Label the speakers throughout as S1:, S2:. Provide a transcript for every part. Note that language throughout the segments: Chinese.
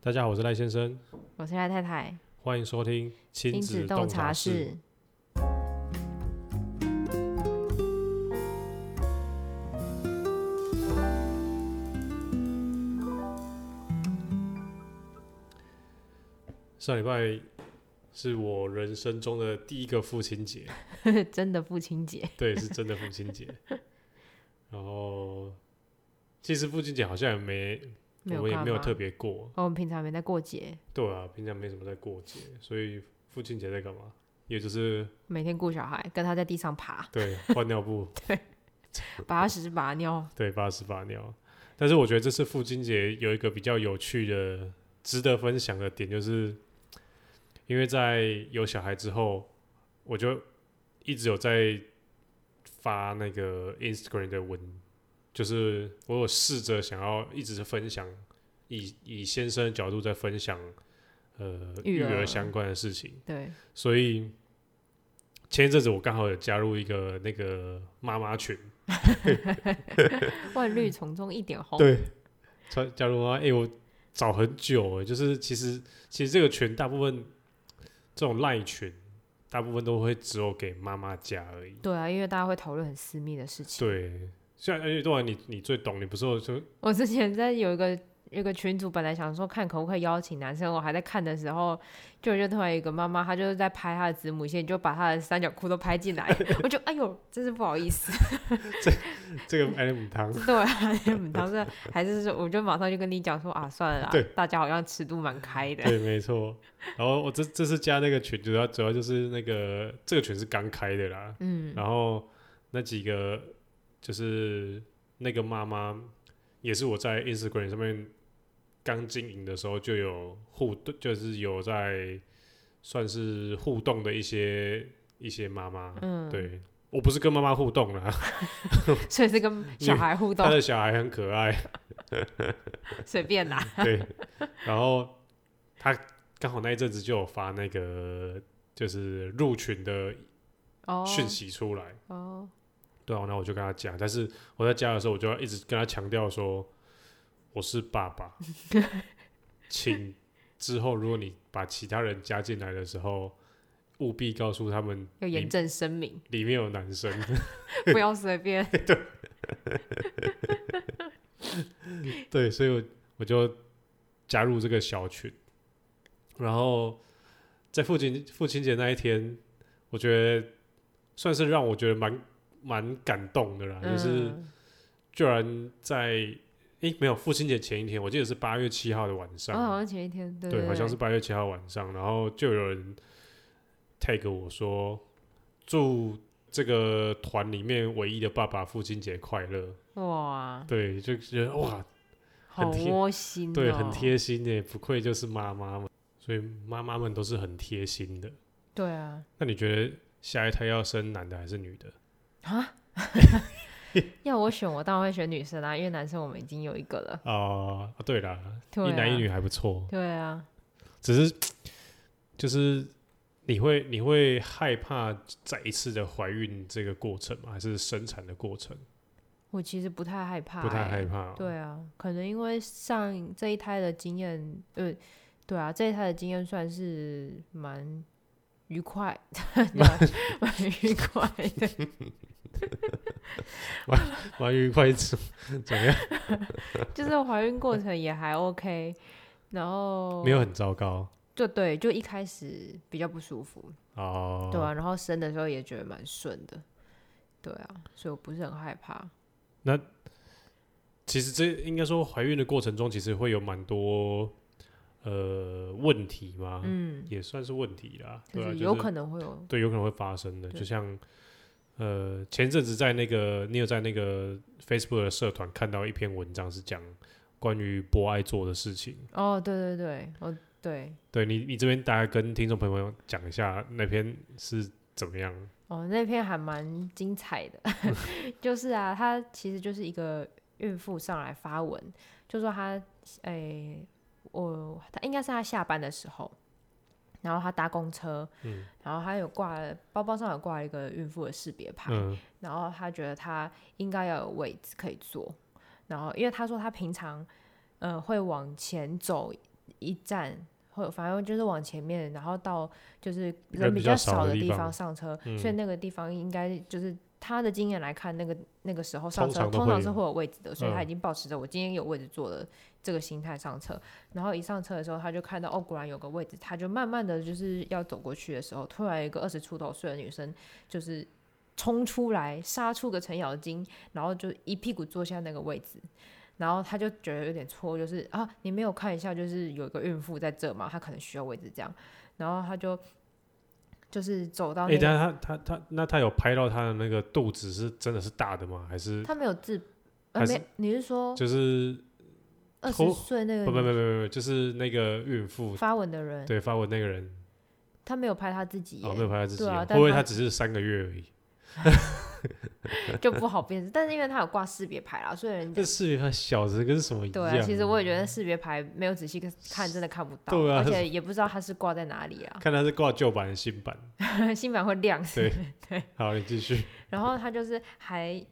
S1: 大家好，我是赖先生，
S2: 我是赖太太，
S1: 欢迎收听亲子洞察室。。上礼拜是我人生中的第一个父亲节，
S2: 真的父亲节，
S1: 对，是真的父亲节。然后，其实父亲节好像也没，
S2: 没有
S1: 我们也
S2: 干
S1: 没有
S2: 嘛
S1: 特别过，
S2: 哦我们平常没在过节，
S1: 对啊，平常没什么在过节，所以父亲节在干嘛？也就是
S2: 每天顾小孩，跟他在地上爬，
S1: 对换尿布，
S2: 把屎把尿，
S1: 对，把屎把尿。但是我觉得这次父亲节有一个比较有趣的、值得分享的点，就是因为在有小孩之后，我就一直有在发那个 Instagram 的文，就是我有试着想要一直分享，以以先生的角度在分享呃
S2: 育
S1: 育儿
S2: 儿
S1: 相关的事情。
S2: 对，
S1: 所以前一阵子我刚好有加入一个那个妈妈群，
S2: 万绿丛中一点红，
S1: 对，加加入妈妈，哎、我找很久哎，就是其实其实这个群大部分这种赖群，大部分都会只有给妈妈加而已。
S2: 对啊，因为大家会讨论很私密的事情。
S1: 对，像而且当然你你最懂，你不是有说
S2: 我之前在有一个有一个群组，本来想说看可不可以邀请男生，我还在看的时候，就就突然有一个妈妈，她就是在拍她的子母线，就把她的三角裤都拍进来， 我就哎呦，真是不好意思。
S1: 这个 M 汤，
S2: 对啊，当时还是说，我就马上就跟你讲说啊，算了啦
S1: 对，
S2: 大家好像尺度蛮开的。
S1: 对，没错。然后我这这次加那个群，主要主要就是那个这个群是刚开的啦，
S2: 嗯，
S1: 然后那几个就是那个妈妈，也是我在 Instagram 上面刚经营的时候就有互动，就是有在算是互动的一些一些妈妈。
S2: 嗯，
S1: 对我不是跟妈妈互动啦，
S2: 所以是跟小孩互
S1: 她
S2: 动，
S1: 的小孩很可爱，
S2: 随便啦。
S1: 对。然后她刚好那一阵子就有发那个就是入群的
S2: 哦，
S1: 讯息出来。
S2: 哦，
S1: 对啊，然后我就跟他讲，但是我在家的时候，我就要一直跟他强调说，我是爸 爸，请之后如果你把其他人加进来的时候，务必告诉他们
S2: 要严
S1: 里
S2: 正声 明，
S1: 里面有男生。
S2: 不要随便。
S1: 对，所以我我就加入这个小群，然后在父亲父亲节那一天，我觉得算是让我觉得蛮蛮感动的啦，就是。
S2: 嗯
S1: 居然在诶、没有父亲节前一天，我记得是八月七号的晚上，
S2: 哦，好像前一天，对
S1: 对
S2: 对，
S1: 好像是八月七号晚上，然后就有人 tag 我说祝这个团里面唯一的爸爸父亲节快乐，
S2: 哇，
S1: 对，就觉得哇，很
S2: 好
S1: 贴
S2: 窝心哦，
S1: 对，很贴心耶，不愧就是妈妈们，所以妈妈们都是很贴心的。
S2: 对啊，
S1: 那你觉得下一胎要生男的还是女的？
S2: 要我选，我当然会选女生啦、因为男生我们已经有一个了。
S1: 啊、啊对啦，
S2: 对
S1: 一男一
S2: 啊
S1: 女还不错，
S2: 对啊，
S1: 只是就是你会你会害怕再一次的怀孕这个过程吗？还是生产的过程？
S2: 我其实不太害怕、
S1: 不太
S2: 欸
S1: 害。怕、，哦
S2: 对啊，可能因为上这一胎的经验，呃，对啊，这一胎的经验算是蛮愉快， 蛮蛮愉快 的。
S1: 怀孕快怎怎么样？
S2: 就是怀孕过程也还 OK，然后
S1: 没有很糟糕
S2: 就对，就一开始比较不舒服，
S1: 哦。
S2: 对啊，然后生的时候也觉得蛮顺的，对啊，所以我不是很害怕。
S1: 其实这应该说怀孕的过程中，其实会有蛮多呃问题嘛，
S2: 嗯，
S1: 也算是问题啦，
S2: 就
S1: 对啊，
S2: 是
S1: 就
S2: 有
S1: 是
S2: 可能会有，
S1: 对，有可能会发生的。
S2: 对
S1: 就像呃，前阵子在那个你有在那个 Facebook 的社团看到一篇文章，是讲关于博爱做的事情。
S2: 哦，对对对，哦，对，
S1: 对你，你这边大概跟听众朋友讲一下那篇是怎么样？
S2: 哦，那篇还蛮精彩的， 就是啊，她其实就是一个孕妇上来发文，就说她，诶、我她应该是她下班的时候，然后她搭公车，
S1: 嗯
S2: 然后她有挂了包包上有挂了一个孕妇的识别牌，
S1: 嗯
S2: 然后她觉得她应该要有位置可以坐，然后因为她说她平常，呃，会往前走一站，或反正就是往前面，然后到就是
S1: 人
S2: 人
S1: 比
S2: 比
S1: 较
S2: 较
S1: 少
S2: 少
S1: 的
S2: 的
S1: 地
S2: 地
S1: 方
S2: 方上车，
S1: 嗯
S2: 所以那个地方应该就是他的经验来看，那个那个时候上
S1: 通
S2: 车
S1: 常
S2: 通
S1: 都
S2: 常
S1: 会
S2: 是
S1: 有
S2: 会有位置的，所以他
S1: 嗯
S2: 已经保持着我今天有位置坐的这个心态上车。然后一上车的时候，他就看到哦，果然有个位置，他就慢慢的就是要走过去的时候，突然有一个二十出头岁的女生就是冲出来，杀出个程咬金，然后就一屁股坐下那个位置。然后他就觉得有点错，就是啊，你没有看一下，就是有一个孕妇在这嘛，她可能需要位置这样，然后他就就是走到
S1: 哎、
S2: 那个，
S1: 但他他他那他有拍到他的那个肚子是真的是大的吗？还是
S2: 他没有自，
S1: 还
S2: 呃，
S1: 是
S2: 没，你是说
S1: 就是
S2: 二
S1: 偷
S2: 十岁那
S1: 不不不
S2: 个
S1: 不不不，就是那个孕妇
S2: 发文的人，
S1: 对发文那个人
S2: 他没有拍他自己耶，
S1: 哦，没有拍他自己
S2: 对
S1: 哦，
S2: 啊
S1: 会
S2: 但
S1: 不会
S2: 他
S1: 他只是三个月而已？
S2: 就不好辨识。但是因为他有挂识别牌啦，所以 人家
S1: 这视频和小子跟什么一样？
S2: 对啊，其实我也觉得识别牌没有仔细看，真的看不到，
S1: 对啊
S2: 而且也不知道他是挂在哪里啊，
S1: 看他是挂旧版还是新版。
S2: 新版会亮。
S1: 对好，你继 续。
S2: 然后他就是还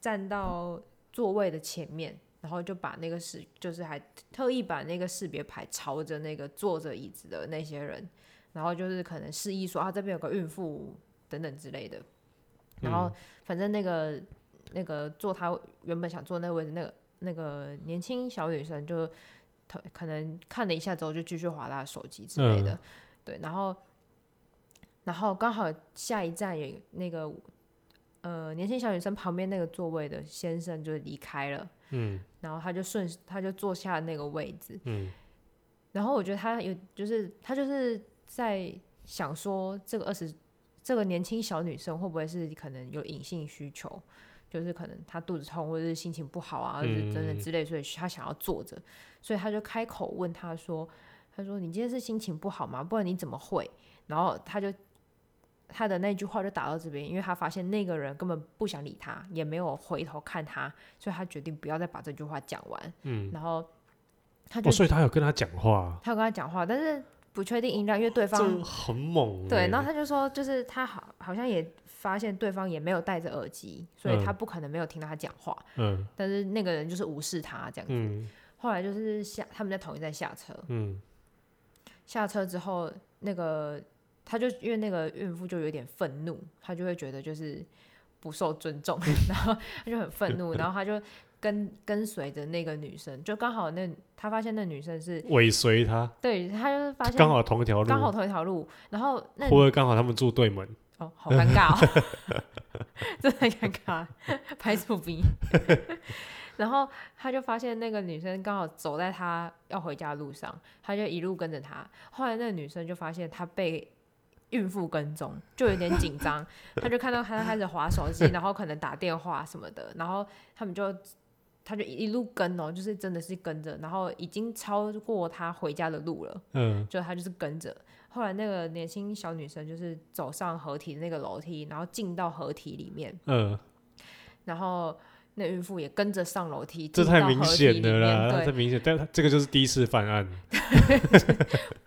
S2: 站到座位的前面，然后就把那个识，就是还特意把那个识别牌朝着那个坐着椅子的那些人，然后就是可能示意说啊这边有个孕妇等等之类的。然后反正那个那个坐他原本想坐那个位置那个那个年轻小女生就她可能看了一下之后就继续划她的手机之类的，对，然后然后刚好下一站有那个呃年轻小女生旁边那个座位的先生就离开了，
S1: 嗯
S2: 然后他就顺他就坐下那个位置，
S1: 嗯
S2: 然后我觉得他有，就是他就是在想说，这个二十这个年轻小女生会不会是可能有隐性需求，就是可能她肚子痛或者是心情不好啊，或者是等
S1: 嗯
S2: 等之类，所以她想要坐着，所以他就开口问她说：“他说你今天是心情不好吗？不然你怎么会？”然后他就他的那句话就打到这边，因为他发现那个人根本不想理他，也没有回头看他，所以他决定不要再把这句话讲完。
S1: 嗯。
S2: 然后他就
S1: 哦，所以他有跟他讲话，啊
S2: 他有跟他讲话，但是不确定音量，因为对方
S1: 这很猛欸。
S2: 对，然后他就说，就是他好好像也发现对方也没有戴着耳机，所以
S1: 嗯
S2: 他不可能没有听到他讲话，
S1: 嗯
S2: 但是那个人就是无视他这样子。
S1: 嗯
S2: 后来就是下他们在同一站下车，
S1: 嗯
S2: 下车之后，那个他就因为那个孕妇就有点愤怒，他就会觉得就是不受尊 重，然后他就很愤怒，然后他就跟跟随着那个女生，就刚好那他发现那女生是
S1: 尾随他，
S2: 对，他就是发现
S1: 刚好同一条路，
S2: 刚好同一条路，然后那
S1: 会不会刚好他们住对门？
S2: 哦，好尴尬哦， 真的很尴尬，拍 什么逼？然后他就发现那个女生刚好走在他要回家的路上，他就一路跟着她。后来那个女生就发现她被孕妇跟踪，就有点紧张， 他就看到她开始划手 机，然后可能打电话什么的，然后他们就。他就一路跟哦，就是真的是跟着，然后已经超过他回家的路了。
S1: 嗯
S2: 就他就是跟着。后来那个年轻小女生就是走上合体的那个楼梯，然后进到合体里面，
S1: 嗯，
S2: 然后那孕妇也跟着上楼梯，
S1: 这
S2: 进
S1: 太
S2: 到
S1: 明
S2: 合体
S1: 显
S2: 里
S1: 了
S2: 面
S1: 啦，太
S2: 对，
S1: 明显。但他这个就是第一次犯案，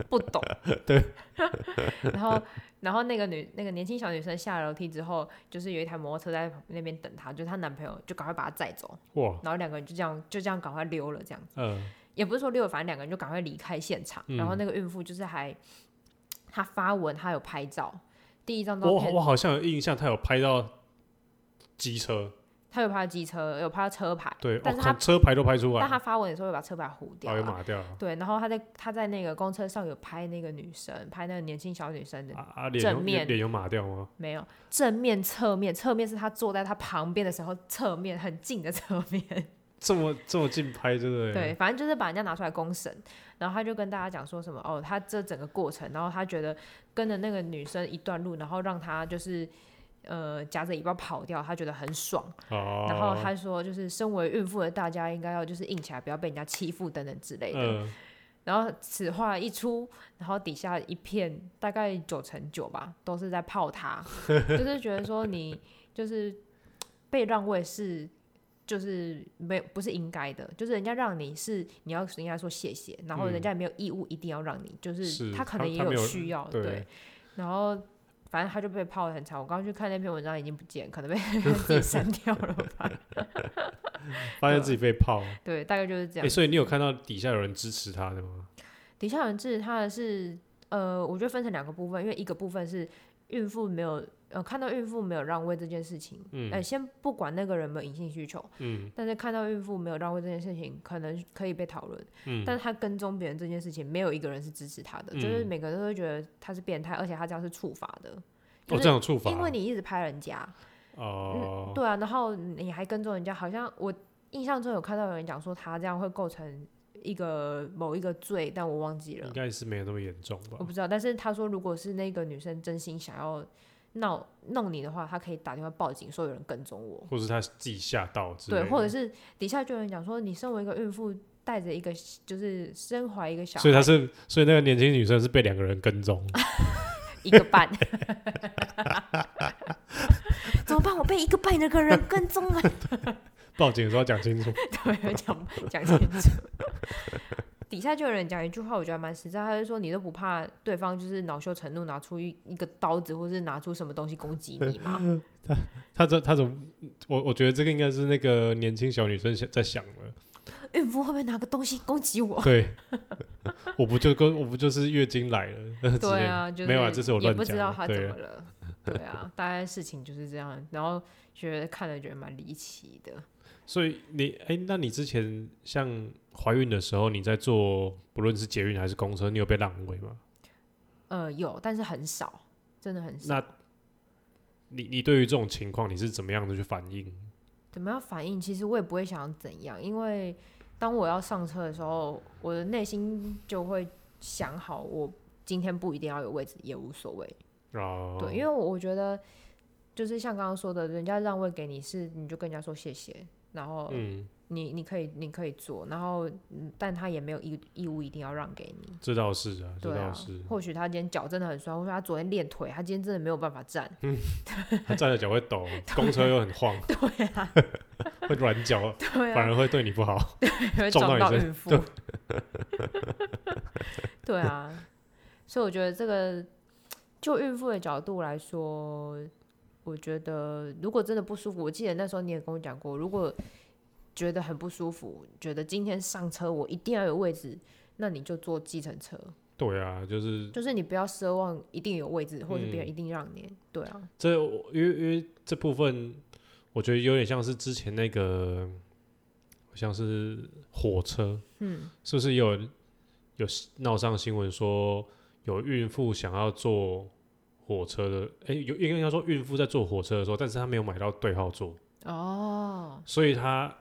S2: 不 懂，对。 然后，然后那个女那个年轻小女生下楼梯之后，就是有一台摩托车在那边等她，就是她男朋友就赶快把她载走，
S1: 哇，
S2: 然后两个人就这样就这样赶快溜了，这样。
S1: 嗯
S2: 也不是说溜，反正两个人就赶快离开现场。
S1: 嗯
S2: 然后那个孕妇就是还，她发文，她有拍照，第一张照
S1: 我
S2: 片
S1: 我好像有印象，他有拍到机车，
S2: 他有拍机车，有拍车牌，
S1: 对，
S2: 但
S1: 哦，
S2: 是他、
S1: 看车牌都拍出来
S2: 但他
S1: 了，
S2: 发文的时候会把车牌糊掉
S1: 哦，
S2: 啊、
S1: 又码掉了，
S2: 对，然后他在他在那个公车上有拍那个女生，拍那个年轻小女生的，
S1: 啊啊，脸
S2: 正
S1: 有
S2: 面
S1: 脸有码掉吗？
S2: 没有正面、侧面，侧面是他坐在他旁边的时候，侧面很近的侧面，
S1: 这么这么近拍，真的耶，
S2: 对，反正就是把人家拿出来公审，然后他就跟大家讲说什么哦，他这整个过程，然后他觉得跟着那个女生一段路，然后让她就是呃夹着尾巴跑掉，他觉得很爽，
S1: 哦，
S2: 然后他说，就是身为孕妇的大家应该要就是硬起来，不要被人家欺负等等之类的。
S1: 嗯。
S2: 然后此话一出，然后底下一片大概九成九吧，都是在 泡他，就是觉得说你就是被让位是就是没有不是应该的，就是人家让你是你要人家说谢谢，然后
S1: 嗯
S2: 人家也没有义务一定要让你，就是
S1: 是
S2: 他可
S1: 他
S2: 能也
S1: 他没有
S2: 需要
S1: 对
S2: 对，然后。反正他就被 泡的很惨，我刚刚去看那篇文章已经不见，可能被自己删掉了吧。
S1: 发现自己被泡。
S2: 对，大概就是这
S1: 哎、
S2: 样。
S1: 所以你有看到底下有人支持他的吗？
S2: 底下人治他的是，呃，我觉得分成两个部分，因为一个部分是孕妇没有，呃，看到孕妇没有让位这件事情，
S1: 嗯
S2: 呃，先不管那个人有没有隐性需求，
S1: 嗯
S2: 但是看到孕妇没有让位这件事情，可能可以被讨论，
S1: 嗯，
S2: 但是他跟踪别人这件事情，没有一个人是支持他的，就是
S1: 嗯
S2: 每个人都会觉得他是变态，而且他这样是触法的，
S1: 哦，
S2: 就
S1: 这
S2: 是
S1: 样处罚
S2: 因为你一直拍人家，
S1: 哦、
S2: 对啊，然后你还跟踪人家，好像我印象中有看到有人讲说他这样会构成一个某一个罪，但我忘记了
S1: 应。该是没有那么严重吧
S2: 我？不知道，但是他说，如果是那个女生真心想要闹弄你的话，她可以打电话报警，说有人跟踪我，
S1: 或是他自己吓到之类
S2: 对
S1: 的，，
S2: 或者是底下就有人讲说，你身为一个孕妇，带着一个就是身怀一个小
S1: 所以
S2: 孩
S1: 他是，所以那个年轻女生是被两个人跟 踪，
S2: 一个 半， 怎么办？我被一个半那个人跟踪了，
S1: 报警的时候讲清楚。
S2: 对，讲讲清楚。 底下就有人讲一句话，我觉得还蛮实在，他就说你都不怕对方就是恼羞成怒，拿出一一个刀子，或是拿出什么东西攻击你吗？
S1: 他怎他怎么？我我觉得这个应该是那个年轻小女生想在想了。
S2: 孕妇会不会拿个东西攻击我？
S1: 对，我不就跟我不就是月经来了？ 之类
S2: 对
S1: 的
S2: 啊，就是
S1: 没有啊，这是我
S2: 也
S1: 乱
S2: 不
S1: 讲
S2: 知道
S1: 的。
S2: 他怎
S1: 对
S2: 么
S1: 啊，
S2: 了。对啊，大概事情就是这样，然后觉得看了觉得蛮离奇的。
S1: 所以你哎、那你之前像怀孕的时候，你在坐不论是捷运还是公车，你有被让位吗？
S2: 呃，有，但是很少，真的很少
S1: 那。你你对于这种情况，你是怎么样的去反应？
S2: 怎么样反应？其实我也不会想怎样，因为当我要上车的时候，我的内心就会想好，我今天不一定要有位置也无所谓。
S1: 哦，
S2: 对，因为我觉得就是像刚刚说的，人家让位给你是，你就跟人家说谢谢，然后
S1: 嗯，
S2: 你你可以你可以做，然后嗯但他也没有义义务一定要让给你，
S1: 这倒是啊，这
S2: 对
S1: 倒
S2: 啊
S1: 是。，
S2: 或许他今天脚真的很酸，或许他昨天练腿，他今天真的没有办法站，
S1: 他站着脚会抖，公车又很晃，
S2: 对啊，
S1: 会软脚，
S2: 对
S1: 反
S2: 啊，
S1: 而会对你不好。
S2: 会
S1: 撞到
S2: 撞
S1: 你
S2: 到
S1: 身
S2: 孕妇， 对啊，所以我觉得这个就孕妇的角度来说，我觉得如果真的不舒服，我记得那时候你也跟我讲过，如果觉得很不舒服，觉得今天上车我一定要有位置，那你就坐计程车。
S1: 对啊，就是
S2: 就是你不要奢望一定有位置，或者别人
S1: 嗯
S2: 一定让你。对啊，
S1: 这我，因为因为这部分，我觉得有点像是之前那个，像是火车，
S2: 嗯，
S1: 是不是有有闹上新闻说有孕妇想要坐火车的？哎，有应该要说孕妇在坐火车的时候，但是她没有买到对号座，
S2: 哦，
S1: 所以她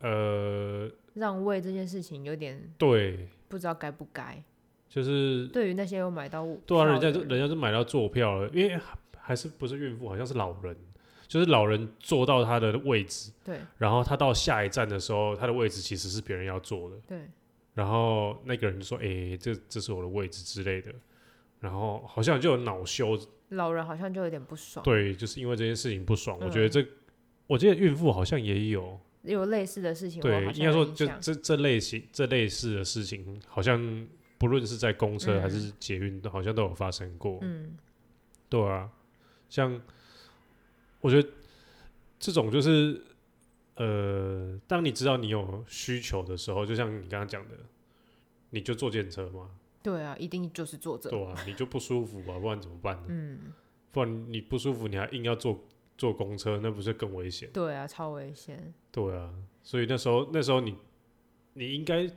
S1: 呃，
S2: 让位这件事情有点
S1: 对，
S2: 不知道该不该。
S1: 就是
S2: 对于那些有买到票
S1: 对啊，人家
S2: 的
S1: 就人家就买到坐票了，因为还是不是孕妇，好像是老人，就是老人坐到他的位置，
S2: 对
S1: 然后他到下一站的时候，他的位置其实是别人要坐的，
S2: 对，
S1: 然后那个人就说：“诶，这这是我的位置之类的。”然后好像就有恼羞，
S2: 老人好像就有点不爽，
S1: 对，就是因为这件事情不爽。
S2: 嗯
S1: 我觉得这，我记得孕妇好像也有，
S2: 有类似的事情，我
S1: 对，
S2: 好像
S1: 应该说
S2: 有印
S1: 就
S2: 象
S1: 这这类型这类似的事情，好像不论是在公车
S2: 嗯
S1: 还是捷运，好像都有发生过。
S2: 嗯，
S1: 对啊，像我觉得这种就是呃，当你知道你有需求的时候，就像你刚刚讲的，你就坐电车嘛，
S2: 对啊，一定就是坐着，
S1: 对啊，你就不舒服啊，不然怎么办呢？
S2: 嗯，
S1: 不然你不舒服，你还硬要坐坐公车，那不是更危险？
S2: 对啊，超危险，
S1: 对啊，所以那时候那时候你你应该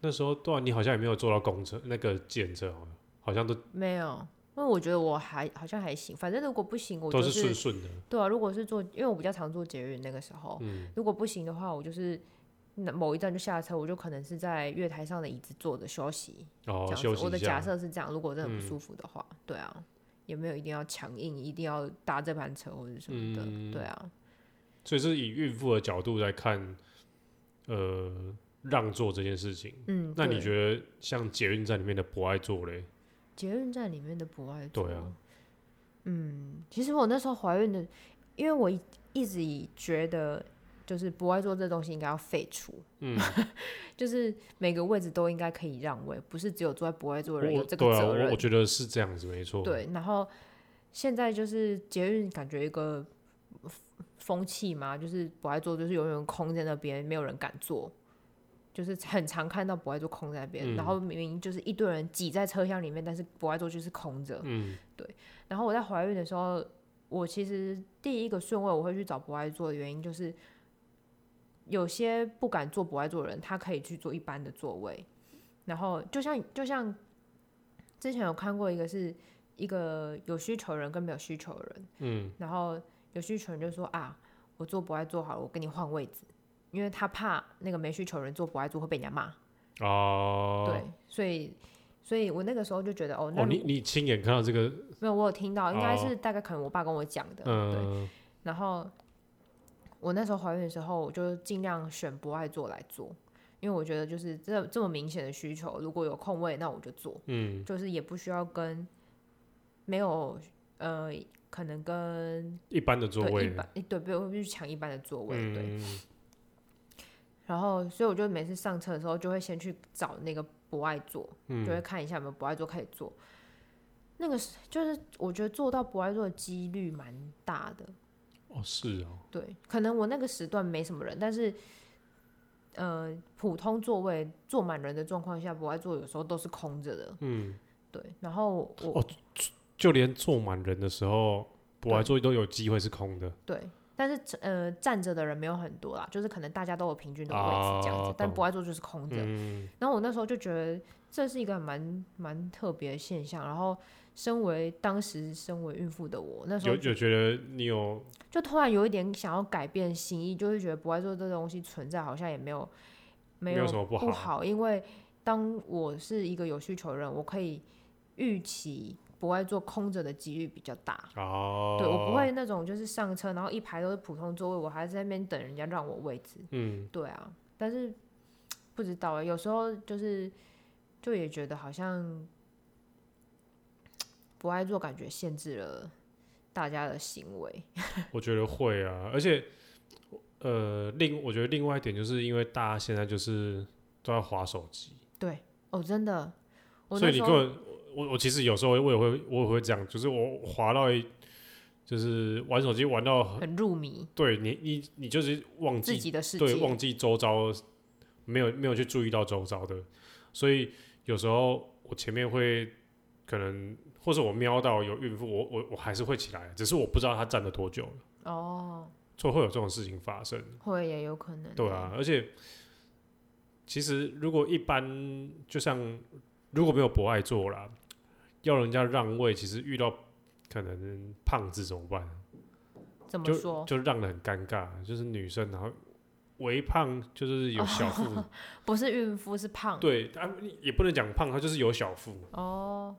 S1: 那时候对啊，你好像也没有坐到公车那个电车好像好像都
S2: 没有。因为我觉得我还好像还行，反正如果不行，我
S1: 都
S2: 就是
S1: 顺顺的，
S2: 对啊。如果是坐，因为我比较常坐捷运，那个时候，
S1: 嗯
S2: 如果不行的话，我就是那某一站就下车，我就可能是在月台上的椅子坐着休息，这
S1: 哦，
S2: 样子。
S1: 休息一下。
S2: 我的假设是这样，如果真的不
S1: 嗯
S2: 舒服的话，对啊，也没有一定要强硬，一定要搭这班车或者什么的，
S1: 嗯
S2: 对啊，
S1: 所以是以孕妇的角度来看，呃，让座这件事情。
S2: 嗯。
S1: 那你
S2: 对
S1: 觉得像捷运站里面的不爱座嘞？
S2: 捷运站里面的不爱
S1: 对
S2: 坐
S1: 啊，
S2: 嗯，其实我那时候怀孕的，因为我一一直以觉得就是不爱坐这东西应该要废除，
S1: 嗯，
S2: 就是每个位置都应该可以让位，不是只有坐在不爱坐的人有
S1: 我
S2: 这
S1: 对
S2: 个
S1: 啊，
S2: 责任。
S1: 我我觉得是这样子，没错。，
S2: 对，然后现在就是捷运，感觉一个风气嘛，就是不爱做就是永远空在那边，没有人敢做，就是很常看到不爱做空在那边，
S1: 嗯
S2: 然后明明就是一堆人挤在车厢里面，但是不爱做就是空着。
S1: 嗯
S2: 然后我在怀孕的时候，我其实第一个顺位我会去找不爱做的原因就是，有些不敢做不爱做的人，他可以去做一般的座位。然后就像就像之前有看过一个是一个有需求人跟没有需求的人，
S1: 嗯
S2: 然后有需求人就说啊，我做不爱做好了，我跟你换位置，因为他怕那个没需求人做不爱做会被人家骂。
S1: 哦，
S2: 对，，所以所以我那个时候就觉得哦，那
S1: 哦，
S2: 如
S1: 你你亲眼看到这个，
S2: 没有，我有听到，应该
S1: 哦
S2: 是大概可能我爸跟我讲的，对。
S1: 嗯
S2: 然后我那时候怀孕的时候，我就尽量选不爱做来做，因为我觉得就是这这么明显的需求，如果有空位，那我就做，
S1: 嗯
S2: 就是也不需要跟没有呃，可能跟
S1: 一般的座
S2: 对一
S1: 位，
S2: 般对，不用去抢一般的座位，对。
S1: 嗯
S2: 然后，所以我就每次上车的时候，就会先去找那个不爱做，就会
S1: 嗯
S2: 看一下有没有不爱做可以做。那个是就是我觉得做到不爱做的几率蛮大的，
S1: 哦是哦，
S2: 对，可能我那个时段没什么人，但是，呃，普通座位坐满人的状况下，不爱坐有时候都是空着的，
S1: 嗯，
S2: 对。然后我、
S1: 哦就连坐满人的时候，我还
S2: 对
S1: 座都有机会是空的，
S2: 对，但是呃站着的人没有很多啦，就是可能大家都有平均的位
S1: 哦
S2: 置这样子，但
S1: 懂
S2: 不爱坐就是空着。
S1: 嗯
S2: 然后我那时候就觉得这是一个蛮蛮特别的现象。然后，身为当时身为孕妇的我，那时
S1: 有
S2: 候
S1: 有觉得你有
S2: 就突然有一点想要改变心意，就是觉得不爱做这东西存在好像也没有没
S1: 没有什么不
S2: 不
S1: 好
S2: 因为当我是一个有需求的人，我可以预期不爱做空着的几率比较大。
S1: 哦，
S2: 对我不，会那种就是上车，然后一排都是普通座位，我还在那边等人家让我位置。
S1: 嗯
S2: 对啊，但是不知道欸，有时候就是就也觉得好像不爱做，感觉限制了大家的行为。
S1: 我觉得会啊，而且呃，另我觉得另外一点就是因为大家现在就是都在划手机，
S2: 对，哦，真的，我
S1: 所
S2: 那
S1: 以你根
S2: 时候
S1: 本我我其实有时候我也会我也会这样，就是我划到一就是玩手机玩到很
S2: 很入迷
S1: 对你你你就是忘
S2: 自
S1: 记
S2: 己的世
S1: 对忘
S2: 界，
S1: 记周遭没有没有去注意到周遭的，所以有时候我前面会可能或者我瞄到有孕妇，我我我还是会起来，只是我不知道她站了多久了，
S2: 哦，
S1: 就会有这种事情发生。
S2: 会也有可能，欸
S1: 对啊，，而且其实如果一般，就像如果没有不爱做啦，要人家让位，其实遇到可能胖子怎么办？
S2: 怎么
S1: 就
S2: 说？
S1: 就让的很尴尬，就是女生然后微胖，就是有小腹，
S2: 哦不是孕妇是胖，
S1: 对，啊、也不能讲胖，她就是有小腹，
S2: 哦，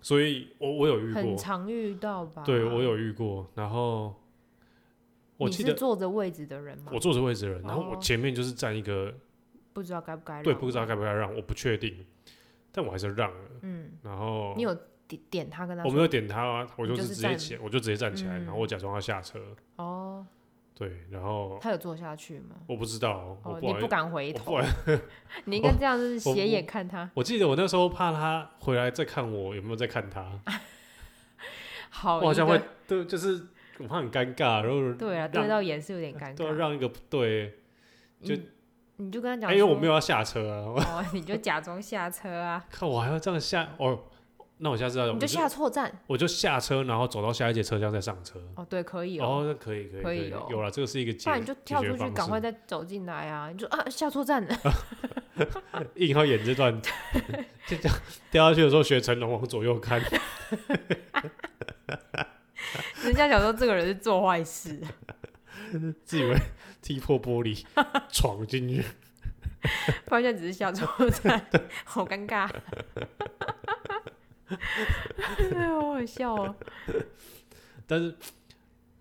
S1: 所以我我有遇
S2: 很
S1: 过，
S2: 常遇到吧？
S1: 对我。有遇过，然后我
S2: 你
S1: 记
S2: 是
S1: 得
S2: 坐着位置的人吗
S1: 我？坐着位置的人，然后我
S2: 哦
S1: 前面就是站一个
S2: 不知道该不该
S1: 对，
S2: 让
S1: 不知道
S2: 吗
S1: 该不该让，我不确定，但我还是让了。
S2: 嗯，
S1: 然后
S2: 你有点点他跟他
S1: 哦我
S2: 说
S1: 没有点他啊，我
S2: 你
S1: 就
S2: 就是是
S1: 直接
S2: 站嗯
S1: 起，我就直接站起来，然后我假装要下车，
S2: 哦，
S1: 对，然后
S2: 他有坐下去吗？
S1: 我不知道，我
S2: 哦，
S1: 不好
S2: 你
S1: 意
S2: 不
S1: 思，
S2: 敢回
S1: 我
S2: 头
S1: 不，好意思，
S2: 你应该这样就是
S1: 我
S2: 斜眼看他，
S1: 我记得我那时候怕他回来再看我有没有在看
S2: 哦
S1: 他，
S2: 好，
S1: 我好像
S2: 一个
S1: 会对，就是我怕很尴尬，然后
S2: 对啊，
S1: 让
S2: 对到眼是 有点尴
S1: 都要
S2: 尬，
S1: 让一个不对，就
S2: 你你就跟他
S1: 哎
S2: 讲，
S1: 因为我没
S2: 有，
S1: 有要下车啊，我
S2: 哦，你就假装下车啊，
S1: 看我还要这样下哦。那我下次要我
S2: 你就下错站，
S1: 我就下车，然后走到下一节车厢再上车。
S2: 哦，对，可以
S1: 哦，
S2: 哦，
S1: 那可以可以
S2: 可以
S1: 以
S2: 哦，
S1: 有了，这个是一个解，
S2: 不然你就
S1: 解
S2: 跳
S1: 决
S2: 出去，
S1: 方
S2: 赶
S1: 式
S2: 快再走进来啊，你就啊下错站了，
S1: 硬要演这段，就这样掉下去的时候学成龙往左右看，
S2: 人家想说这个人是做坏事，
S1: 自以为踢破玻 璃闯进去。
S2: 发现只 是下错站，好尴尬， 哎呦，好好笑哦，
S1: 但是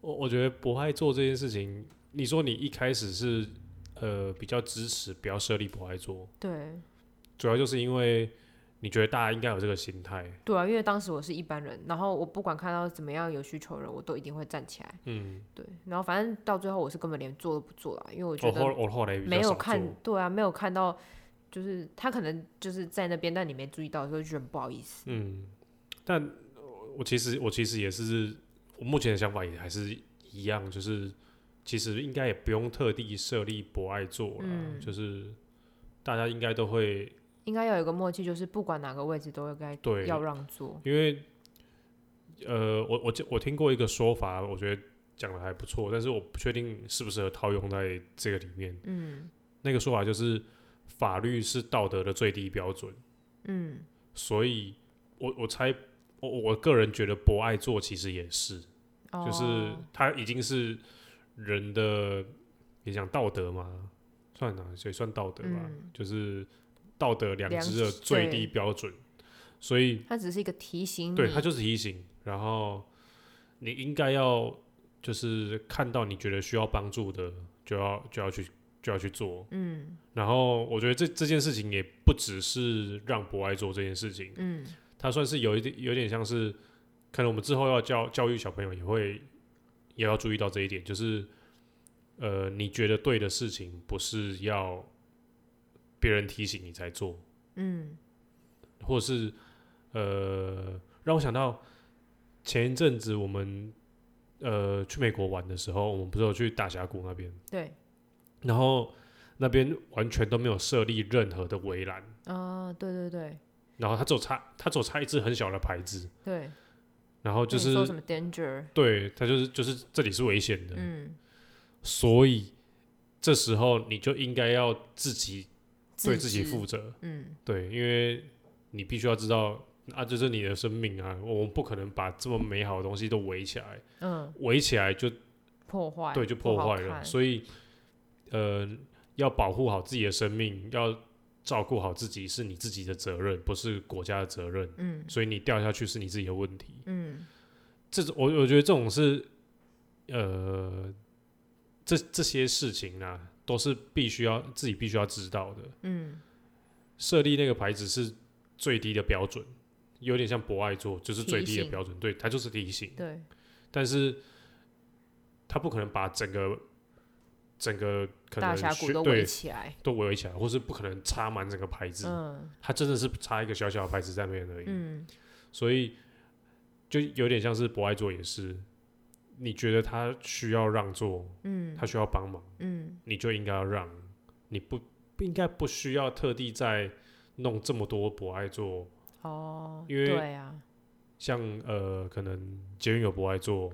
S1: 我我觉得博爱做这件事情，你说你一开始是呃比较支持不要设立博爱做，
S2: 对。
S1: 主要就是因为你觉得大家应该有这个心态，
S2: 对啊，因为当时我是一般人，然后我不管看到怎么样有需求的人，我都一定会站起来。
S1: 嗯，
S2: 对，然后反正到最后我是根本连做都不做了，因为我觉
S1: 我后
S2: 得
S1: 我后来哦也比较
S2: 没有
S1: 少
S2: 看
S1: 做，
S2: 对啊，没有看到，就是他可能就是在那边，但你没注意到，所以就觉得不好意思。
S1: 嗯，但呃我我其实我其实也是，我目前的想法也还是一样，就是其实应该也不用特地设立博爱座啦，
S2: 嗯
S1: 就是大家应该都会
S2: 应该要有一个默契，就是不管哪个位置都应该
S1: 对，
S2: 要让座。
S1: 因为呃，我我记我听过一个说法，我觉得讲的还不错，但是我不确定适不适合套用在这个里面。
S2: 嗯
S1: 那个说法就是，法律是道德的最低标准，
S2: 嗯
S1: 所以我我猜我我个人觉得博爱座其实也是，
S2: 哦，
S1: 就是它已经是人的，也讲道德嘛，算啊，所以算道德吧，
S2: 嗯
S1: 就是道德良
S2: 良
S1: 知的
S2: 知
S1: 最
S2: 对
S1: 低标准，所以
S2: 它只是一个提醒你，
S1: 对，它就是提醒，然后你应该要就是看到你觉得需要帮助的，就要就要去就要去做。
S2: 嗯
S1: 然后我觉得这这件事情也不只是让博爱做这件事情，
S2: 嗯
S1: 它算是有一点有点像是，可能我们之后要教教育小朋友也会也要注意到这一点，就是呃，你觉得对的事情不是要别人提醒你才做，
S2: 嗯
S1: 或者是呃，让我想到前一阵子我们呃去美国玩的时候，我们不是有去大峡谷那边，
S2: 对，
S1: 然后那边完全都没有设立任何的围栏，
S2: 啊对对对
S1: 然后它只有插它只有插一只很小的牌子，
S2: 对，
S1: 然后就
S2: 那你
S1: 是
S2: 说什么 danger，
S1: 对它就是就是这里是危险的，
S2: 嗯，
S1: 所以这时候你就应该要自己对自己
S2: 知
S1: 负，责，
S2: 嗯
S1: 对，因为你必须要知道啊，这、是你的生命啊，我们不可能把这么美好的东西都围起来，
S2: 嗯，
S1: 围起来就
S2: 破坏，
S1: 对就
S2: 哎不
S1: 破
S2: 好
S1: 坏了，
S2: 看
S1: 所以呃，要保护好自己的生命，要照顾好自己是你自己的责任，不是国家的责任，
S2: 嗯
S1: 所以你掉下去是你自己的问题。
S2: 嗯
S1: 这种我我觉得这种是呃，这这些事情啊，都是必须要自己必须要知道的。
S2: 嗯，
S1: 设立那个牌子是最低的标准，有点像博爱座，就是最低
S2: 提
S1: 的
S2: 醒
S1: 标准，对，它就是提醒。
S2: 对，
S1: 但是他不可能把整个整个可能
S2: 大峡谷
S1: 学
S2: 都
S1: 对
S2: 围起来，
S1: 都围起来，或是不可能插满整个牌子，
S2: 嗯
S1: 它真的是插一个小小的牌子在那边而已。
S2: 嗯
S1: 所以就有点像是博爱座也是，你觉得他需要让座，
S2: 嗯
S1: 他需要帮忙，
S2: 嗯
S1: 你就应该要让，你不不应该不需要特地再弄这么多博爱座，
S2: 哦，
S1: 因为
S2: 对啊，
S1: 像呃可能捷运有博爱座，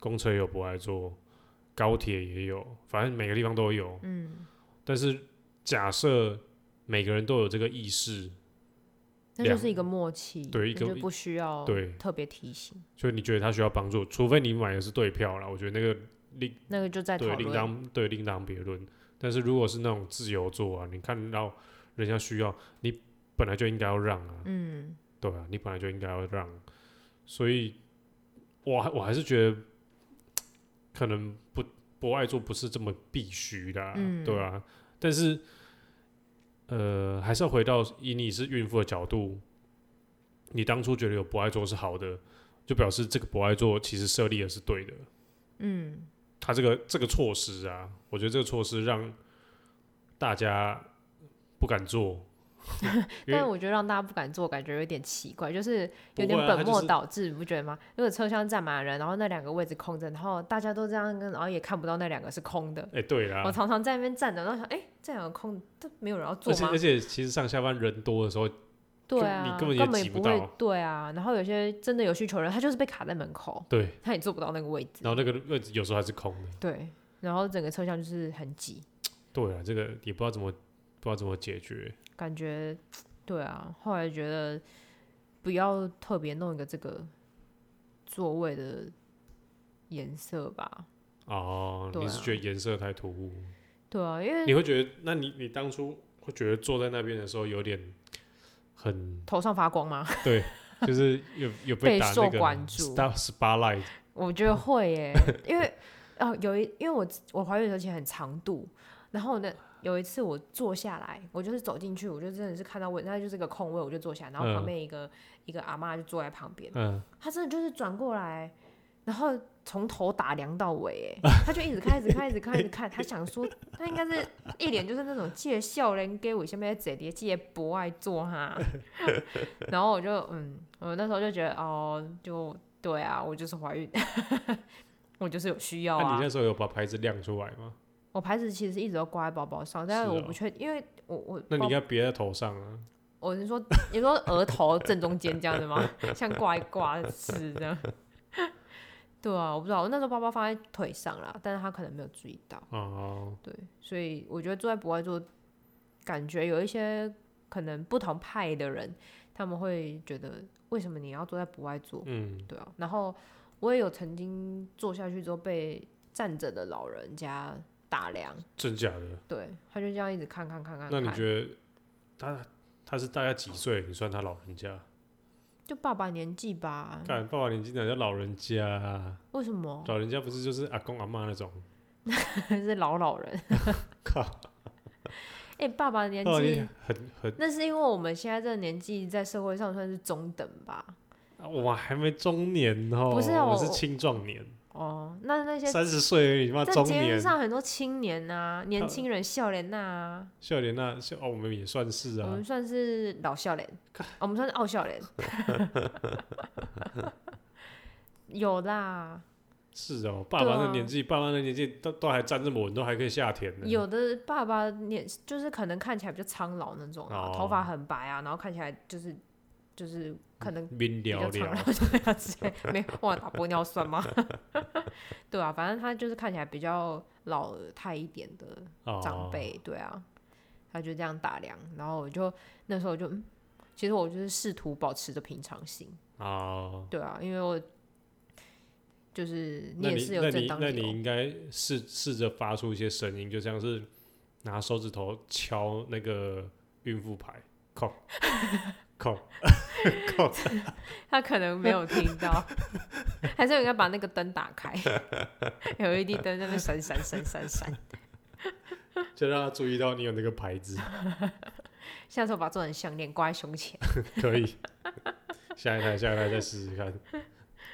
S1: 公车也有博爱座，高铁也有，反正每个地方都有。
S2: 嗯，
S1: 但是假设每个人都有这个意识，
S2: 那就
S1: 两
S2: 是一个默契，
S1: 对一
S2: 那
S1: 个
S2: 就不需要
S1: 对
S2: 特别提醒，
S1: 所以你觉得他需要帮助，除非你买的是对票啦，我觉得那个另
S2: 那个就在讨
S1: 对，另
S2: 论，
S1: 当对另当别论。但是如果是那种自由座啊，你看到人家需要，你本来就应该要让啊，
S2: 嗯
S1: 对啊，你本来就应该要让。啊所以我还我还是觉得，可能不不爱做不是这么必须的、啊，
S2: 嗯
S1: 对啊。但是呃，还是要回到以你是孕妇的角度，你当初觉得有不爱做是好的，就表示这个不爱做其实设立的是对的。
S2: 嗯
S1: 他这个这个措施啊，我觉得这个措施让大家不敢做，因为
S2: 但我觉得让大家不敢做，感觉有点奇怪，就是
S1: 不
S2: 有点
S1: 会啊
S2: 本
S1: 它就
S2: 末
S1: 是
S2: 倒置，你不觉得吗？如果车厢站满了人，然后那两个位置空着，然后大家都这样跟，然后也看不到那两个是空的。
S1: 哎、对啦
S2: 我，常常在那边站着，然后想，哎、这两个空，这没有人要坐
S1: 而且
S2: 吗
S1: 而？且其实上下班人多的时候，
S2: 对
S1: 就
S2: 啊，
S1: 你根本也
S2: 也
S1: 挤不
S2: 不会
S1: 到。
S2: 对啊，然后有些真的有需求的人，他就是被卡在门口，
S1: 对，
S2: 他也坐不到那个位置。
S1: 然后那个位置有时候还是空的，
S2: 对，然后整个车厢就是很挤，
S1: 对啊，这个也不知道怎么不知道怎么解决，
S2: 感觉对啊。后来觉得不要特别弄一个这个座位的颜色吧。
S1: 哦，
S2: 对啊
S1: 你是觉得颜色太突兀，
S2: 对啊，因为
S1: 你会觉得，那你你当初会觉得坐在那边的时候有点很
S2: 头上发光嘛，
S1: 对，就是有有
S2: 备
S1: 打
S2: 受
S1: 那个
S2: 关注
S1: star spotlight，
S2: 我觉得会耶，因为哦，有一因为我我怀孕的时候其实很长度，然后呢有一次我坐下来，我就是走进去，我就真的是看到位，那就是个空位，我就坐下，然后
S1: 嗯
S2: 旁边一个、一个阿嬷就坐在旁边，
S1: 嗯，
S2: 她真的就是转过来，然后从头打量到尾， 哎，她就一直看，一直看，一直看，一直看，她想说她应该是一脸就是那种借笑人给我下面在底下借博爱 做哈，然后我 就嗯，我那时候就觉得哦，就对啊，我就是怀孕，我就是有需
S1: 那、
S2: 要啊
S1: 你。那时候有把牌子亮出来吗？
S2: 我牌子其实一直都挂在包包上，但
S1: 是
S2: 是我
S1: 哦
S2: 不确，因为我我
S1: 那你
S2: 包
S1: 应该别在头上啊。
S2: 我是说，哦你说额头正中间这样子吗？ 像挂一挂刺这样？对啊，我不知道，我那时候包包放在腿上啦，但是他可能没有注意到，
S1: 哦，
S2: 对，所以我觉得坐在国外做，感觉有一些可能不同派的人，他们会觉得为什么你要坐在国外做？
S1: 嗯，
S2: 对啊，然后我也有曾经坐下去之后被站着的老人家打量，
S1: 真假的？
S2: 对，他就这样一直看看看看看，
S1: 那你觉得他他是大概几岁？你算他老人家？
S2: 就爸爸年纪吧？
S1: 看爸爸年纪哪叫老人家啊？
S2: 为什么？
S1: 老人家不是就是阿公阿妈那种？
S2: 是老老人。
S1: 靠，哦
S2: 哎、爸爸的年
S1: 爸爸年
S2: 纪
S1: 纪，很很，
S2: 那是因为我们现在这个年纪在社会上算是中等吧？
S1: 啊我还没中年哦，
S2: 不是啊
S1: 我
S2: 我
S1: 是青壮年，
S2: 哦，那那些
S1: 三十岁而已，你妈
S2: 在
S1: 中
S2: 街
S1: 年。
S2: 上很多青年啊，年轻人笑脸呐、
S1: 笑脸那笑哦，我们也算是
S2: 我
S1: 啊
S2: 们，算是老笑脸，我们算是傲笑脸。有啦，
S1: 是哦，爸爸
S2: 对
S1: 那
S2: 啊
S1: 年纪，爸爸那年纪都都还站这么稳，都还可以下田呢。
S2: 有的爸爸年就是可能看起来比较苍老那种啊，
S1: 哦
S2: 头发很白啊，然后看起来就是就是可
S1: 嗯
S2: 能
S1: 民
S2: 比
S1: 聊
S2: 较
S1: 聊
S2: 长了，对啊，之类 没哇打玻尿酸吗？ 对啊，反正他就是看起来比较老态一点的
S1: 哦
S2: 长，辈，对啊，他就这样打量，然后我就那时候我就嗯，其实我就是试图保持着平常心，
S1: 哦哦，
S2: 对啊，因为我就是你
S1: 那
S2: 也
S1: 你
S2: 是有
S1: 那
S2: 正
S1: 你
S2: 当
S1: 那
S2: 理
S1: 你
S2: 由，
S1: 应该试试着发出一些声音，就像是拿手指头敲那个孕妇牌，扣扣扣，
S2: 他可能 没有听到， 还是我应该把那个灯打开 ，LED 灯在那边闪闪闪闪闪，
S1: 就让他注意到你有那个牌子，
S2: 下次我把这种项链挂在胸前。
S1: 可以。 下一台下一台再试试看，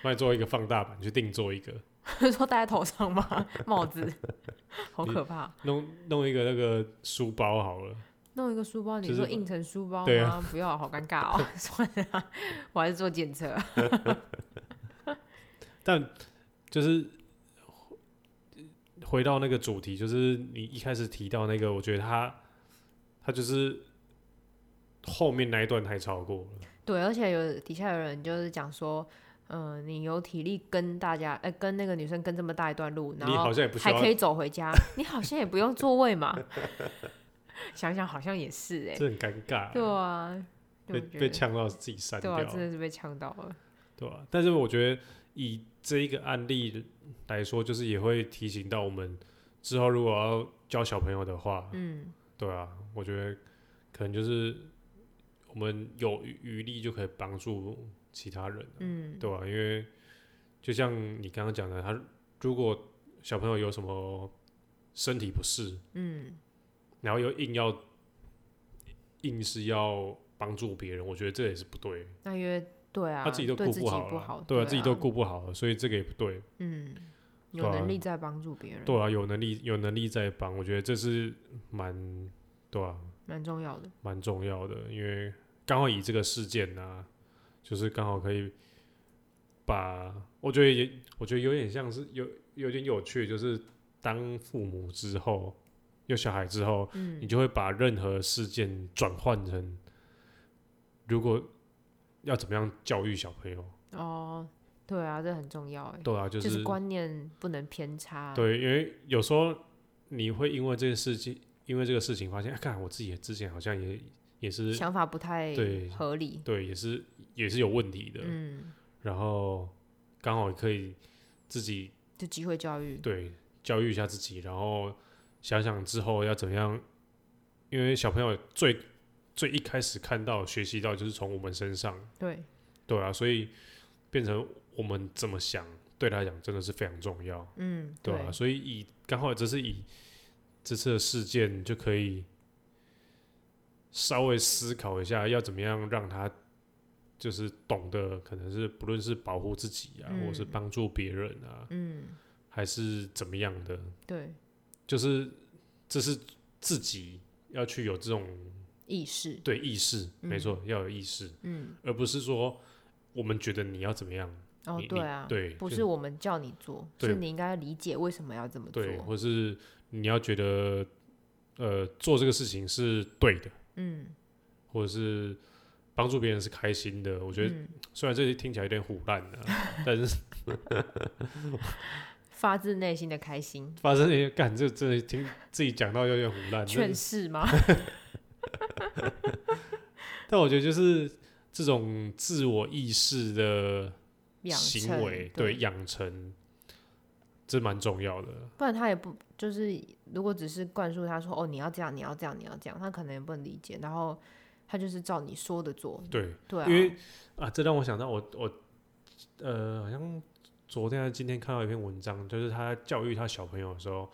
S1: 帮你做一个放大版，去定做一个，
S2: 说戴在头 上吗？帽子，好可怕！
S1: 弄弄一个那个书包好了。
S2: 弄一个书包，你
S1: 就是
S2: 说印成书包吗？
S1: 对啊
S2: 不要，好尴尬 哦。 算了啊，我还是做检测。啊
S1: 但就是回到那个主题，就是你一开始提到那个，我觉得他他就是后面那一段太超过了，
S2: 对，而且有底下有人就是讲说，嗯、你有体力跟大家，呃，跟那个女生跟这么大一段路，然
S1: 你好
S2: 后
S1: 像也不需
S2: 还
S1: 要
S2: 可以走回 家，你好像也不用座位嘛。 想想好像也是哎、
S1: 这很尴尬，
S2: 对啊，就
S1: 被
S2: 我觉
S1: 被
S2: 得
S1: 呛到自己删
S2: 对
S1: 掉
S2: 啊，
S1: 了，
S2: 真的是被呛到了。
S1: 对吧、啊但是我觉得以这一个案例来说，就是也会提醒到我们之后如果要教小朋友的话，
S2: 嗯，
S1: 对啊，我觉得可能就是我们有余余力就可以帮助其他人、
S2: 嗯，
S1: 对啊，因为就像你刚刚讲的，他如果小朋友有什么身体不适，
S2: 嗯，
S1: 然后又硬要硬是要帮助别人，我觉得这也是不对，
S2: 那因为对啊，
S1: 他自己都
S2: 对
S1: 顾
S2: 自己
S1: 好
S2: 不
S1: 了，
S2: 好，
S1: 对啊，自己都顾不好了，所以这个也不对，
S2: 嗯，有
S1: 对啊
S2: 能力在帮助别人，
S1: 对啊，有能力有能力在帮，我觉得这是蛮对啊
S2: 蛮重要的。
S1: 蛮重要的，因为刚好以这个事件呢、就是刚好可以把，我觉得也，我觉得有点像是有有点有趣，就是当父母之后，有小孩之后，
S2: 嗯
S1: 你就会把任何事件转换成，如果要怎么样教育小朋友，
S2: 哦，对啊，这很重要哎，
S1: 对啊，就
S2: 就是
S1: 是
S2: 观念不能偏差。，
S1: 对，因为有时候你会因为这个事情，因为这个事情发现，啊，看我自己之前好像也也是
S2: 想法不太
S1: 对
S2: 合理。
S1: 对，也是也是有问题的。
S2: 嗯，
S1: 然后刚好可以自己
S2: 就机会教育。
S1: 对教育一下自己，然后想想之后要怎么样，因为小朋友最最一开始看到学习到就是从我们身上，
S2: 对，
S1: 对啊，所以变成我们怎么想对他来讲真的是非常重要，
S2: 嗯，
S1: 对啊，所以以刚好只是以这次的事件就可以稍微思考一下，要怎么样让他就是懂得，可能是不论是保护自己啊，
S2: 嗯
S1: 或是帮助别人啊，
S2: 嗯，
S1: 还是怎么样的，
S2: 对，
S1: 就是这是自己要去有这种
S2: 意识。
S1: 对意识，没错，要有意识，
S2: 嗯，
S1: 而不是说我们觉得你要怎么样，
S2: 哦
S1: 你，
S2: 对
S1: 你
S2: 啊，
S1: 对，
S2: 不
S1: 就是
S2: 我们叫你做，
S1: 对
S2: 是你应该理解为什么要这么做。嗯
S1: 对，或是你要觉得呃做这个事情是对的，
S2: 嗯，
S1: 或者是帮助别人是开心的，我觉得
S2: 嗯
S1: 虽然这听起来有点虎烂啊，但是
S2: 发自内心的开心，
S1: 发生也感这真的听自己讲到有点虎烂，但
S2: 劝
S1: 是
S2: 世吗？
S1: 但我觉得就是这种自我意识的
S2: 养成
S1: 行为，对
S2: 对，
S1: 养成，这蛮重要的。
S2: 不然他也不就是，如果只是灌输他说哦，你要这样，你要这样，你要这样，他可能也不能理解，然后他就是照你说的做，
S1: 对，
S2: 对啊，
S1: 因为啊，这让我想到我我呃，好像昨天还是今天看到一篇文章，就是他教育他小朋友的时候，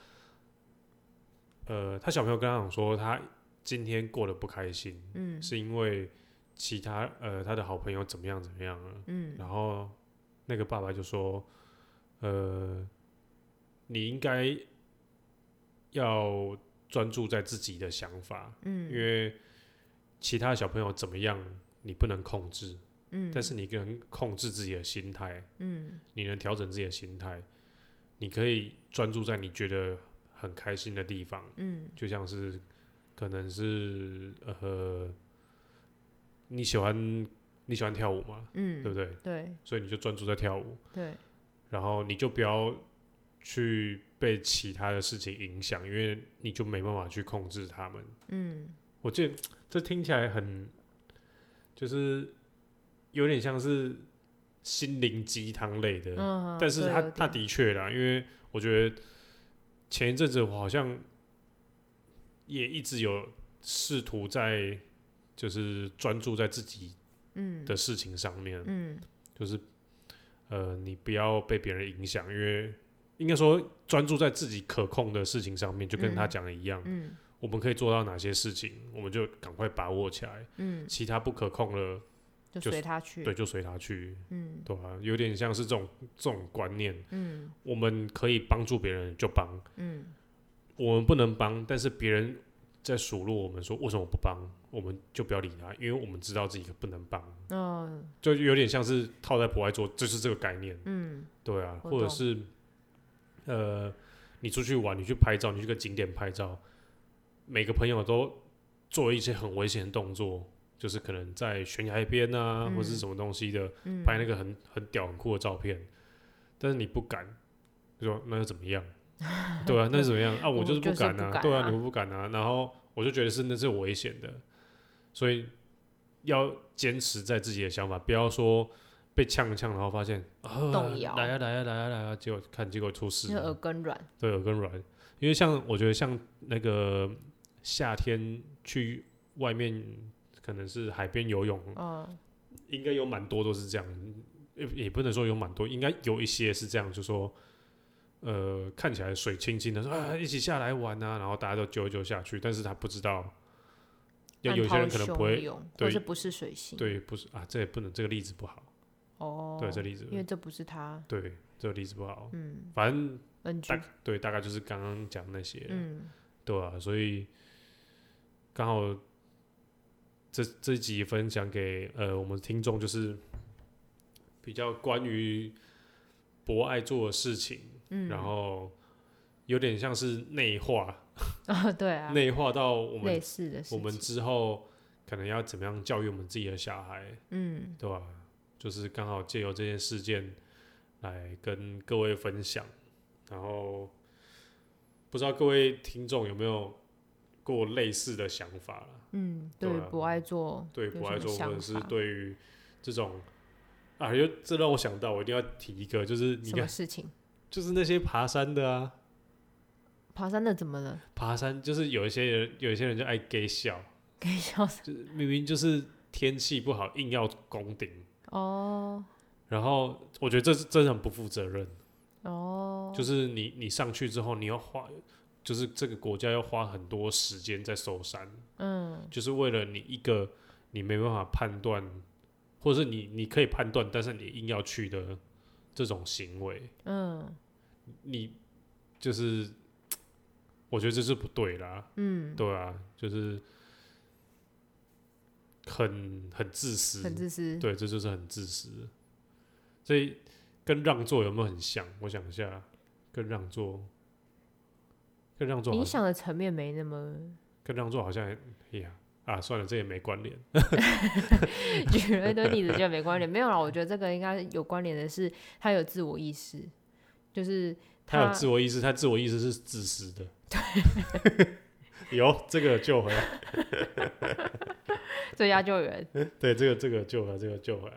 S1: 呃，他小朋友跟他讲说，他今天过得不开心，
S2: 嗯
S1: 是因为其他呃他的好朋友怎么样怎么样了，
S2: 嗯
S1: 然后那个爸爸就说，呃，你应该要专注在自己的想法，因
S2: 嗯
S1: 为其他小朋友怎么样你不能控制，
S2: 嗯，
S1: 但是你能控制自己的心态，
S2: 嗯
S1: 你能调整自己的心态，你可以专注在你觉得很开心的地方，
S2: 嗯
S1: 就像是可能是呃你喜欢你喜欢跳舞嘛，
S2: 嗯，
S1: 对不对？
S2: 对
S1: 所以你就专注在跳舞，
S2: 对，
S1: 然后你就不要去被其他的事情影响，因为你就没办法去控制他们。
S2: 嗯
S1: 我记得这听起来很，就是有点像是心灵鸡汤类的，
S2: 嗯，
S1: 但是
S2: 对
S1: 他
S2: 有
S1: 他
S2: 点
S1: 的确啦，因为我觉得前一阵子我好像也一直有试图在就是专注在自己
S2: 嗯
S1: 的事情上面，
S2: 嗯
S1: 就是呃，你不要被别人影响，因为应该说专注在自己可控的事情上面，就跟他
S2: 嗯
S1: 讲的一样，
S2: 嗯
S1: 我们可以做到哪些事情，我们就赶快把握起来。
S2: 嗯，
S1: 其他不可控了，
S2: 就
S1: 就是
S2: 随他去，
S1: 对，就随他去，
S2: 嗯
S1: 对吧、有点像是这种这种观念，
S2: 嗯
S1: 我们可以帮助别人就帮，
S2: 嗯
S1: 我们不能帮，但是别人在数落我们说为什么不帮，我们就不要理他，因为我们知道自己不能帮，
S2: 嗯
S1: 就有点像是套在博爱做，就是这个概念，
S2: 嗯
S1: 对啊，
S2: 我
S1: 或者
S2: 懂
S1: 是呃，你出去玩，你去拍照，你去个景点拍照，每个朋友都做一些很危险的动作，就是可能在悬崖边啊，或是
S2: 嗯
S1: 什么东西的，
S2: 嗯，
S1: 拍那个很很屌很酷的照片，但是你不敢，就说那又怎么样？对啊，那又怎么样啊？
S2: 我
S1: 就是
S2: 就是
S1: 敢
S2: 不
S1: 啊，
S2: 敢
S1: 对啊，
S2: 啊
S1: 你不敢啊。然后我就觉得是那是危险的，所以要坚持在自己的想法，不要说被呛一呛，然后发现啊，
S2: 动摇
S1: 来啊来啊来啊来啊，结果看结果出事
S2: 那个
S1: 了，
S2: 耳根软，
S1: 对，耳根软。因为像我觉得像那个夏天去外面，可能是海边游泳，
S2: 嗯
S1: 应该有蛮多都是这样，也也不能说有蛮多，应该有一些是这样，就说，呃，看起来水清清的，说啊，一起下来玩啊，然后大家都揪一揪下去，但是他不知道，要
S2: 暗
S1: 有些人
S2: 涛
S1: 可能不
S2: 汹
S1: 会，
S2: 涌或
S1: 对
S2: 是不是水性，
S1: 对，不是啊，这也不能，这个例子不好，
S2: 哦，
S1: 对，这例子，
S2: 因为这不是他，
S1: 对，这个例子不好，
S2: 嗯
S1: 反正
S2: ，NG，
S1: 大对，大概就是刚刚讲那些，
S2: 嗯
S1: 对啊，所以刚好这这一集分享给呃我们听众，就是比较关于博爱做的事情，
S2: 嗯，
S1: 然后有点像是内化，
S2: 啊，对啊，
S1: 内化到我
S2: 类
S1: 们
S2: 似的事
S1: 我
S2: 情，
S1: 们之后可能要怎么样教育我们自己的小孩，
S2: 嗯
S1: 对吧、就是刚好借由这件事件来跟各位分享，然后不知道各位听众有没有过类似的想法啦
S2: 嗯，
S1: 对
S2: 对于
S1: 啊
S2: 不爱做，
S1: 对不爱做，或者是
S2: 想法
S1: 对于这种啊，又这让我想到，我一定要提一个，就是你
S2: 什么
S1: 看，
S2: 事情？
S1: 就是那些爬山的啊，
S2: 爬山的怎么了？
S1: 爬山就是有一些人，有一些人就爱给笑，
S2: 给笑死
S1: 就是明明就是天气不好，硬要攻顶，
S2: 哦
S1: 然后我觉得这是真的很不负责任。
S2: 哦，
S1: 就是你你上去之后，你要花，就是这个国家要花很多时间在搜山，
S2: 嗯
S1: 就是为了你一个你没办法判断，或者是你你可以判断，但是你硬要去的这种行为，
S2: 嗯
S1: 你就是我觉得这是不对啦，
S2: 嗯，
S1: 对啊，就是很很自私，
S2: 很自私，
S1: 对，这就是很自私。所以跟让座有没有很像？我想一下，跟让座，跟让座好
S2: 影
S1: 像
S2: 响的层面没那么
S1: 跟让座好像也，哎呀啊，算了，这也没关联。
S2: 举了一堆例子，就没关联。没有啦，我觉得这个应该有关联的是，他有自我意识，就是
S1: 他有自我意识，他自我意识是自私的。对， 有这个救回来，
S2: 最佳救援，
S1: 对，这个这个救回来，这个救回来。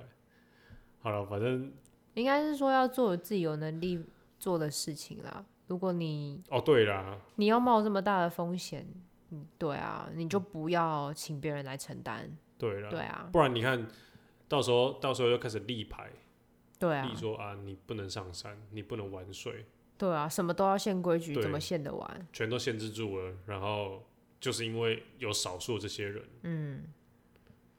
S1: 好了，反正
S2: 应该是说要做自己有能力做的事情啦。如果你
S1: 哦，对啦，
S2: 你要冒这么大的风险，嗯，对啊，你就不要请别人来承担，
S1: 嗯对啦，
S2: 对啊，
S1: 不然你看到时候到时候又开始立牌，
S2: 对啊
S1: 立，说啊，你不能上山，你不能玩水，
S2: 对啊，什么都要限规矩，
S1: 对
S2: 怎么限得完？
S1: 全都限制住了。然后就是因为有少数这些人，
S2: 嗯，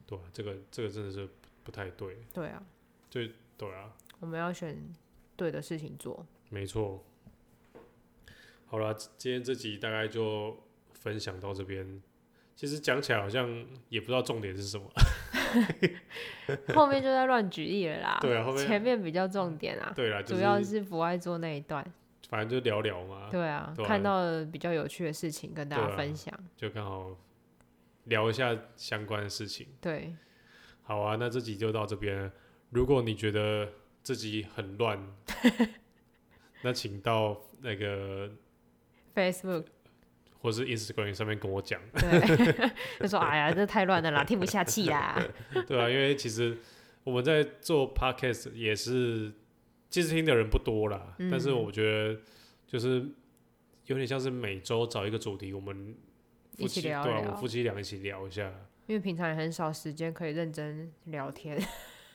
S1: 对吧、这个这个真的是不不太对，
S2: 对啊，
S1: 对啊，
S2: 我们要选对的事情 做。
S1: 没错。好啦，今天这集大概就分享到这边。其实讲起来好像也不知道重点是什么，
S2: 后面就在乱举例了啦，
S1: 对啊后面
S2: 前面比较重点啊，
S1: 对啦，就
S2: 主要
S1: 是
S2: 是不爱做那一段。
S1: 反正就聊聊嘛，
S2: 对啊，
S1: 对啊
S2: 看到了比较有趣的事情跟大
S1: 对
S2: 家
S1: 啊
S2: 分享。
S1: 就刚好聊一下相关的事情。
S2: 对，
S1: 好啊，那这集就到这边。如果你觉得这集很乱， 那请到那个
S2: Facebook
S1: 或是 Instagram 上面跟我讲，
S2: 对，就说哎呀，这太乱了啦，听不下去啦。
S1: 对啊，因为其实我们在做 podcast 也是，其实听的人不多啦，
S2: 嗯
S1: 但是我觉得就是有点像是每周找一个主题，我们夫
S2: 一起
S1: 妻
S2: 聊
S1: 对啊，
S2: 聊
S1: 我们夫妻俩一起聊一下，
S2: 因为平常也很少时间可以认真聊天。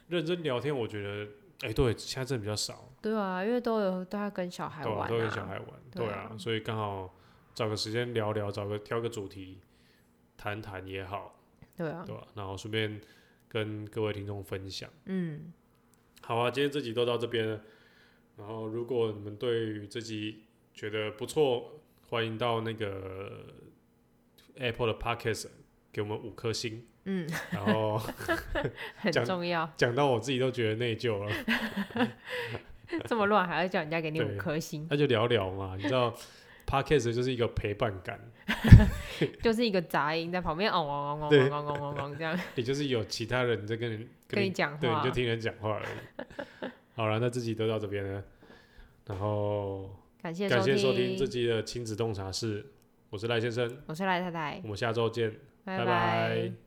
S1: 认真聊天。我觉得，哎、对，现在真的比较少，
S2: 对啊，因为都有都要跟小孩
S1: 对啊，
S2: 玩
S1: 都跟小
S2: 啊。
S1: 孩玩，对
S2: 对
S1: 啊，
S2: 啊
S1: 所以刚好找个时间聊聊，找个挑个主题谈谈也好，
S2: 对啊，
S1: 对吧、然后顺便跟各位听众分享。
S2: 嗯，
S1: 好啊，今天这集都到这边了。然后，如果你们对于这集觉得不错，欢迎到那个 Apple 的 Podcast 给我们五颗星。
S2: 嗯，
S1: 然后
S2: 很
S1: 讲
S2: 重要。
S1: 讲到我自己都觉得内疚了，
S2: 这么乱还要叫人家给你
S1: 对
S2: 五颗星，
S1: 那就聊聊嘛，你知道 Podcast 就是一个陪伴感，
S2: 就是一个杂音在旁边，哦嗡嗡嗡
S1: 对
S2: 嗡嗡嗡嗡嗡这样
S1: 也就是有其他人在跟你
S2: 跟
S1: 你
S2: 你讲
S1: 对，你
S2: 话
S1: 就。听人讲话而已。好了，那这集都到这边了。然后
S2: 感谢
S1: 感谢收听这
S2: 听，
S1: 集的亲子洞察室，我是赖先生，
S2: 我是赖太太，
S1: 嗯我们下周见。拜
S2: 拜
S1: 拜